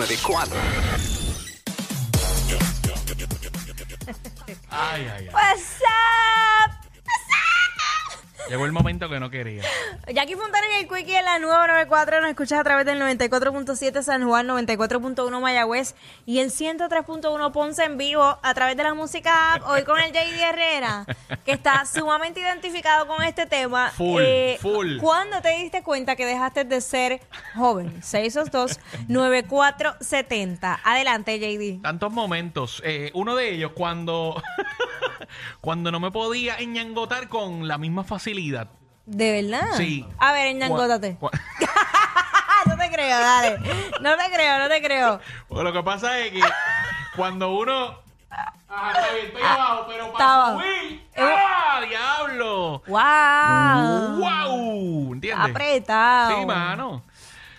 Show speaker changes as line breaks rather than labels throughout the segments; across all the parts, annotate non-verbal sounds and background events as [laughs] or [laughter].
994.
Ay, ay, ay.
What's up?
Llegó el momento que no quería.
Jackie Fontana y el Quickie en la nueva 94 nos escuchas a través del 94.7 San Juan, 94.1 Mayagüez y el 103.1 Ponce en vivo a través de la música app. Hoy con el JD Herrera, que está sumamente identificado con este tema. Eh,
Full, full.
¿Cuándo te diste cuenta que dejaste de ser joven? 622-9470. Adelante, JD.
Tantos momentos. Eh, uno de ellos cuando, [laughs] cuando no me podía enñangotar con la misma facilidad.
¿De verdad?
Sí.
Ah. A ver, ñangótate.
Cu- cu-
no te creo, dale. No te creo, no te creo.
Pues lo que pasa es que cuando uno. Ah, está bien, estoy abajo, pero
Está
para
abajo. Eh.
subir. ¡Ah, diablo!
¡Wow!
¡Wow! ¿Entiendes?
Ah. Apretado.
Sí, mano.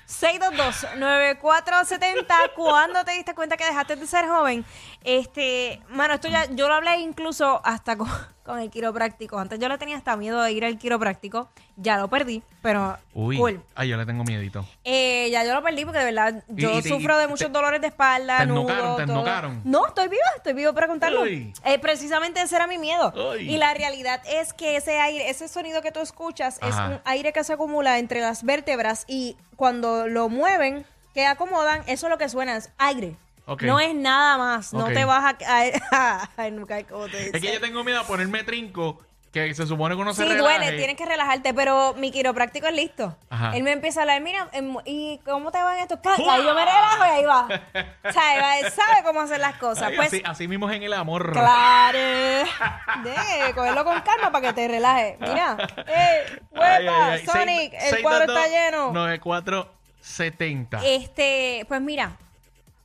[laughs]
622-9470. ¿Cuándo te diste cuenta que dejaste de ser joven? Este, mano, esto ya, yo lo hablé incluso hasta con, con el quiropráctico. Antes yo le tenía hasta miedo de ir al quiropráctico. Ya lo perdí, pero
Uy.
cool.
Ay, yo le tengo miedito.
Eh, ya yo lo perdí porque de verdad
Y-
yo
y te-
sufro de
y
muchos
te-
dolores de espalda,
te
nudo,
ennocaron, te
todo.
ennocaron.
No, estoy viva, estoy viva para contarlo.
Uy.
Eh, precisamente ese era mi miedo.
Uy.
Y la realidad es que ese aire, ese sonido que tú escuchas
Ajá.
es un aire que se acumula entre las vértebras y cuando lo mueven, que acomodan, eso es lo que suena, es aire.
Ok.
No es nada más, no
Ok.
te vas a... [laughs] a- Ay, nunca como te
Es que
dicen.
yo tengo miedo a ponerme trinco, que se supone que uno
Sí,
se relaje.
duele, tienes que relajarte, pero mi quiropráctico es listo.
Ajá.
Él me empieza a hablar, mira, em, ¿y cómo te van estos casos?
¡Uah!
Ahí yo me relajo y ahí
[laughs]
va. O sea, él va- él sabe cómo hacer las cosas.
Ay,
pues,
así, así mismo es en el amor.
claro. De, cogerlo con calma para que te relaje. Mira, eh,
Ay,
huepa,
ay, ay.
Sonic,
Seis-
el cuadro
622,
está lleno.
9470.
Este, pues mira,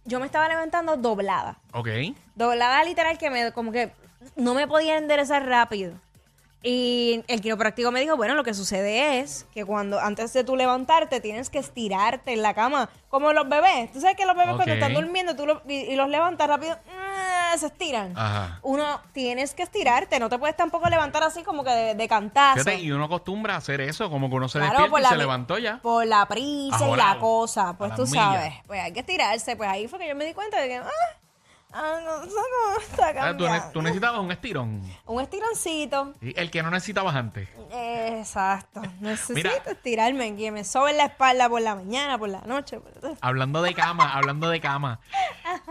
yo me estaba levantando doblada.
Ok.
Doblada literal que me como que no me podía enderezar rápido. Y el quiropráctico me dijo, bueno, lo que sucede es que cuando antes de tú levantarte tienes que estirarte en la cama, como los bebés. Tú sabes que los bebés cuando
Ok.
están durmiendo tú lo- y, y los levantas rápido, ¡ah! se estiran.
Ajá.
Uno tienes que estirarte, no te puedes tampoco levantar así como que de, de cantazo.
Fíjate, y uno acostumbra a hacer eso, como que uno se
Claro,
despierta
por
y
la
se
mi-
levantó ya.
Por la prisa y
Ajorado.
la cosa,
A
pues
las
tú
millas.
sabes. Pues hay que estirarse. Pues ahí fue que yo me di cuenta de que, ah, ah, no [laughs] sé cómo está
Ah, tú, ne-
cambiando.
tú necesitabas un estirón.
Un estironcito.
Y El que no necesitabas antes.
Exacto.
[laughs]
Necesito
Mira.
estirarme, que me sobe la espalda por la mañana, por la noche. pues, por-
Hablando de cama, [laughs] hablando de cama.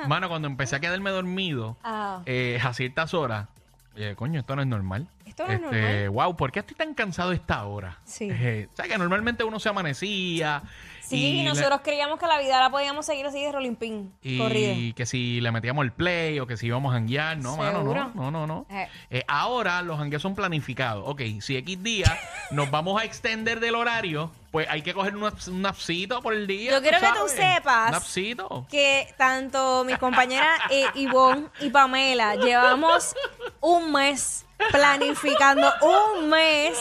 Mano, cuando empecé a quedarme dormido,
Ah.
eh, a ciertas horas, eh, coño, esto no es normal.
Esto no es
Este,
normal.
Wow, ¿por qué estoy tan cansado a esta hora?
Sí.
Eh, o sea, que normalmente uno se amanecía.
Sí,
y
y
le-
nosotros creíamos que la vida la podíamos seguir así de rolimpín,
Y
corrido.
que si le metíamos el play o que si íbamos a janguear. No, mano,
¿Seguro?
no, no, no. no.
Eh.
Eh, ahora los jangueos son planificados. Ok, si X
[laughs]
día nos vamos a extender del horario, pues hay que coger un, naps- un napsito por el día.
Yo quiero que tú
sabes.
sepas
Napsito.
que tanto mi compañera eh, Ivonne y Pamela llevamos un mes planificando, un mes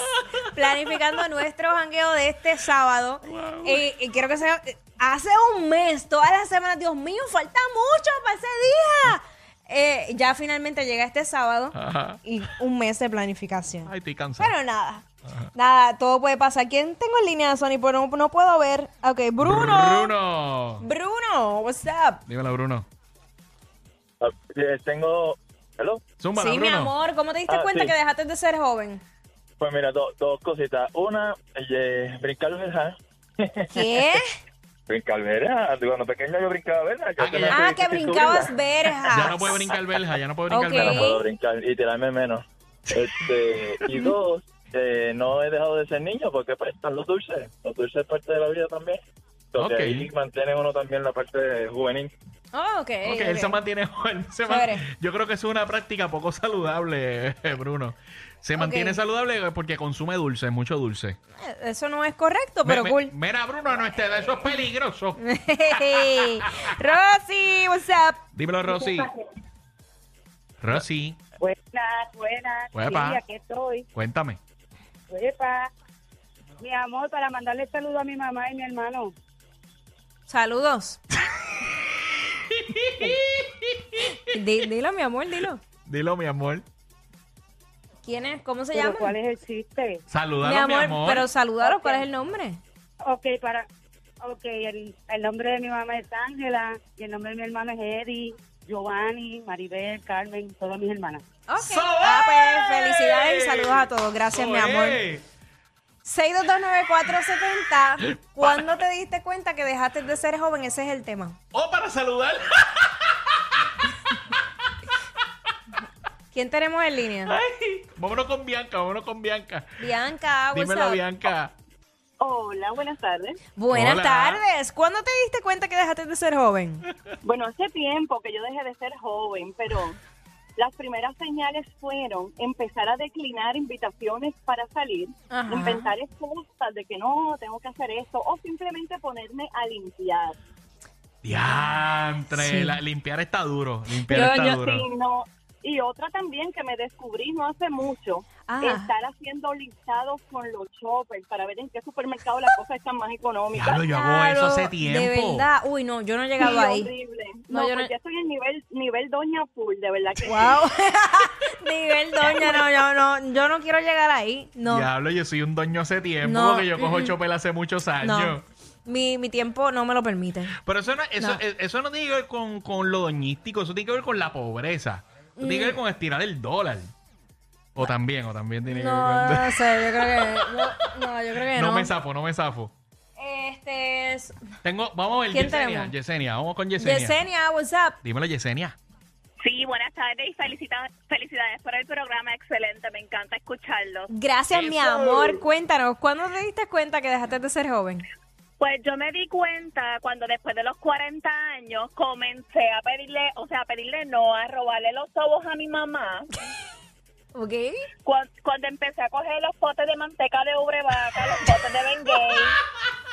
planificando nuestro jangueo de este sábado. Eh, y quiero que sea, eh, hace un mes, todas las semanas, Dios mío, falta mucho para ese día. Eh, ya finalmente llega este sábado
Ajá.
y un mes de planificación.
Ah. Ay, estoy cansado.
Pero nada. Nada, todo puede pasar. ¿Quién tengo en línea, Sony? Pues no, no puedo ver. Ok, Bruno.
Bruno.
Bruno, what's up?
Dímelo, Bruno.
Eh, Tengo. ¿Hello?
Zúmbala,
sí, mi
Bruno.
amor, ¿cómo te diste
Ah,
cuenta
sí.
que dejaste de ser
[laughs]
joven?
Pues mira, do- dos cositas. Una, eh, brincar verja.
¿Qué?
Brincar verja. Cuando pequeño yo brincaba verja. Yo
Ah, que
no
ya-
sé
ah,
si
que
subirla.
brincabas verjas.
Ya no puede brincar belja, ya no puede brincar
Ok.
Ya no
belja.
puedo brincar y tirarme menos. Este, y dos, eh, no he dejado de ser niño porque pues, están los dulces. Los dulces es parte de la vida también. Entonces
Ok.
ahí mantiene uno también la parte juvenil.
Oh, ok.
Ok,
ok.
él se mantiene él se man-
Chévere.
Yo creo que es una práctica poco saludable, [laughs] Bruno. Se mantiene
Ok.
saludable porque consume dulce, mucho dulce.
Eso no es correcto, pero
Me- me-
cool. [laughs]
Mira, Bruno, no esté, eso es peligroso.
Rosy, what's up?
Dímelo, Rosy. Rosy,
Buenas, buenas.
Huepa.
Sí, aquí estoy.
cuéntame.
Huepa. Mi amor, para mandarle saludo a mi mamá y mi hermano.
Saludos. Di- dilo, mi amor, dilo.
Dilo, mi amor.
¿Quién es? ¿Cómo se
Pero
llama?
¿cuál es el chiste?
Saludalo, mi amor.
pero saludaros, ¿cuál
Ok.
es el nombre?
Ok, para... Ok, el, el nombre de mi mamá es Ángela y el nombre de mi hermano es Eddie, Giovanni, Maribel, Carmen, todas mis hermanas.
Ok.
¡Soe!
Ah, pues, felicidades y saludos a todos. Gracias, mi
¡Soe!
amor.
[laughs]
6229470. ¿Cuándo te diste cuenta que dejaste de ser joven? Ese es el tema.
O Oh, para saludar. [laughs]
¿Quién tenemos en línea?
Ay, vámonos con Bianca, vámonos con Bianca.
Bianca, what's
Dímelo,
up?
Bianca.
Hola, buenas tardes.
Buenas
Hola.
tardes. ¿Cuándo te diste cuenta que dejaste de ser joven?
Bueno, hace tiempo que yo dejé de ser joven, pero las primeras señales fueron empezar a declinar invitaciones para salir,
Ajá.
inventar excusas de que no, tengo que hacer esto, o simplemente ponerme a limpiar.
Diantre,
Sí.
la- limpiar está duro. Limpiar
Yo,
está
yo
duro.
sí, no. Y otra también que me descubrí no hace mucho,
Ah.
estar haciendo listados con los shoppers para ver en qué supermercado las cosas están más económicas.
Diablo, yo hago eso hace
Claro,
tiempo.
De verdad. Uy, no, yo no he
Sí,
llegado ahí.
horrible.
No,
No,
yo no-
pues ya estoy en nivel, nivel doña full, de verdad que
Wow. Nivel doña, no, yo no, yo no quiero llegar ahí. No.
Diablo, yo soy un doño hace tiempo
No,
porque yo cojo
mm-mm.
chopel hace muchos años.
No. Mi, mi tiempo no me lo permite.
Pero eso no, eso,
No.
eh, eso no tiene que ver con, con lo doñístico, eso tiene que ver con la pobreza. Eso tiene
Mm.
que ver con estirar el dólar. O también, o también tiene
No,
que ver
no sé, yo creo que no, no, yo creo que [laughs]
con...
no.
No me zafo, no me zafo.
Este es
Tengo, vamos a ver
¿Quién
Yesenia.
tenemos?
Yesenia, vamos con Yesenia.
Yesenia, what's up?
Dímelo, Yesenia. [laughs]
Sí, buenas tardes y felicita- felicidades por el programa, excelente, me encanta escucharlo.
Gracias, mi amor. Cuéntanos, ¿cuándo te diste cuenta que dejaste de ser joven?
Pues yo me di cuenta cuando después de los 40 años comencé a pedirle, o sea, a pedirle no, a robarle los sobos a mi mamá.
¿Ok?
Cuan- Cuando, empecé a coger los potes de manteca de ubre vaca, los potes de Bengay,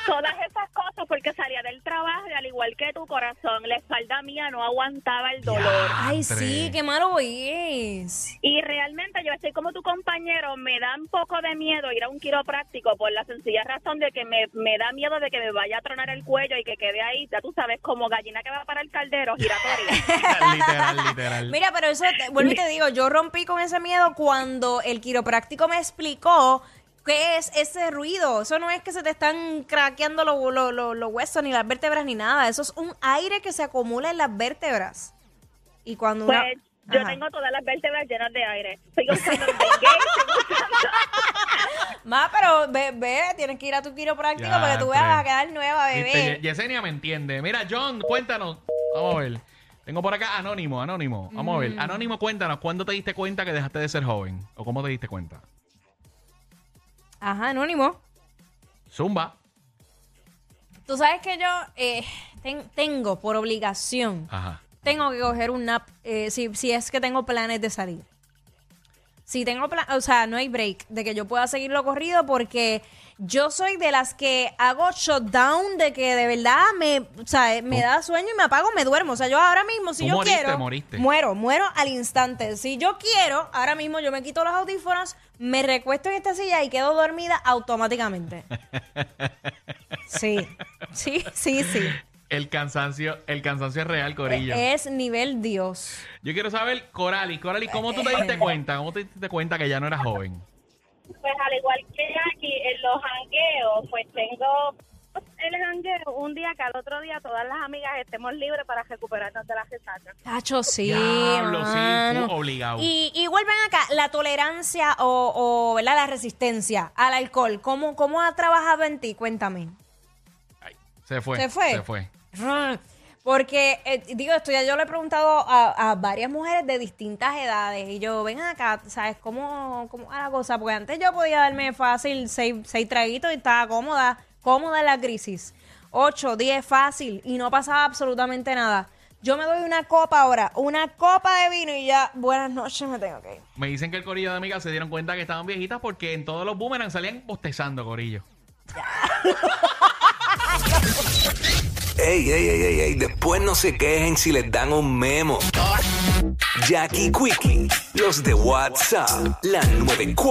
todas esas cosas porque salía del trabajo y al igual que tu corazón, la espalda mía no aguantaba el dolor.
Ay,
Diantre.
sí, qué malo es.
Y realmente yo estoy como tu compañero, me da un poco de miedo ir a un quiropráctico por la sencilla razón de que me, me da miedo de que me vaya a tronar el cuello y que quede ahí, ya tú sabes, como gallina que va para el caldero giratoria.
literal, literal.
Mira, pero eso, te- vuelvo y te digo, yo rompí con ese miedo cuando el quiropráctico me explicó qué es ese ruido. Eso no es que se te están craqueando los lo- lo- los huesos, ni las vértebras, ni nada. Eso es un aire que se acumula en las vértebras. Y cuando
Pues
una-
yo
Ajá.
tengo todas las vértebras llenas de aire. Estoy usando el Bengay, estoy usando-
Ma, pero ve, ve, tienes que ir a tu quiropráctico
Ya,
para que tú veas, vas a
tres.
quedar nueva,
Viste, Ye-
bebé.
Yesenia me entiende. Mira, John, cuéntanos. Vamos a ver. Tengo por acá Anónimo, Anónimo. Vamos a
Mm.
ver. Anónimo, cuéntanos, ¿cuándo te diste cuenta que dejaste de ser joven? ¿O cómo te diste cuenta?
Ajá, anónimo.
Zumba.
Tú sabes que yo eh, ten- tengo por obligación,
Ajá.
tengo que coger un nap eh, si, si es que tengo planes de salir. Si tengo plan, o sea, no hay break de que yo pueda seguirlo corrido porque yo soy de las que hago shutdown de que de verdad me, o sea, eh, me
Tú-
da sueño y me apago, me duermo. O sea, yo ahora mismo, si
Tú
yo
moriste,
quiero,
moriste.
muero, muero al instante. Si yo quiero, ahora mismo yo me quito los audífonos, me recuesto en esta silla y quedo dormida
[laughs]
automáticamente. Sí, sí, sí, sí.
El cansancio, el cansancio es real, Corillo.
Es nivel Dios.
Yo quiero saber, Corali, Corali, ¿cómo tú te diste cuenta? ¿Cómo te diste cuenta que ya no eras joven?
Pues al igual que aquí en los jangueos, pues tengo el jangueo un día que al otro día todas las amigas estemos libres para recuperarnos de las resacas.
Tacho, sí.
Diablo, sí,
mano.
tú oh, obligado.
Y, y vuelven acá, la tolerancia o, o, ¿verdad? la resistencia al alcohol, ¿cómo, cómo ha trabajado en ti? Cuéntame.
Ay, se fue.
¿Se fue?
Se fue.
Porque, eh, digo, esto ya yo le he preguntado a, a varias mujeres de distintas edades y yo, ven acá, ¿sabes cómo, cómo a la cosa? Porque antes yo podía darme fácil seis, seis traguitos y estaba cómoda, cómoda en la crisis. Ocho, diez, fácil y no pasaba absolutamente nada. Yo me doy una copa ahora, una copa de vino y ya, buenas noches, me tengo que ir.
Me dicen que el corillo de amigas se dieron cuenta que estaban viejitas porque en todos los boomerang salían bostezando, corillo.
Ey, ey, ey, ey, ey, después no se quejen si les dan un memo. Jackie Quickie, los de WhatsApp, la 94.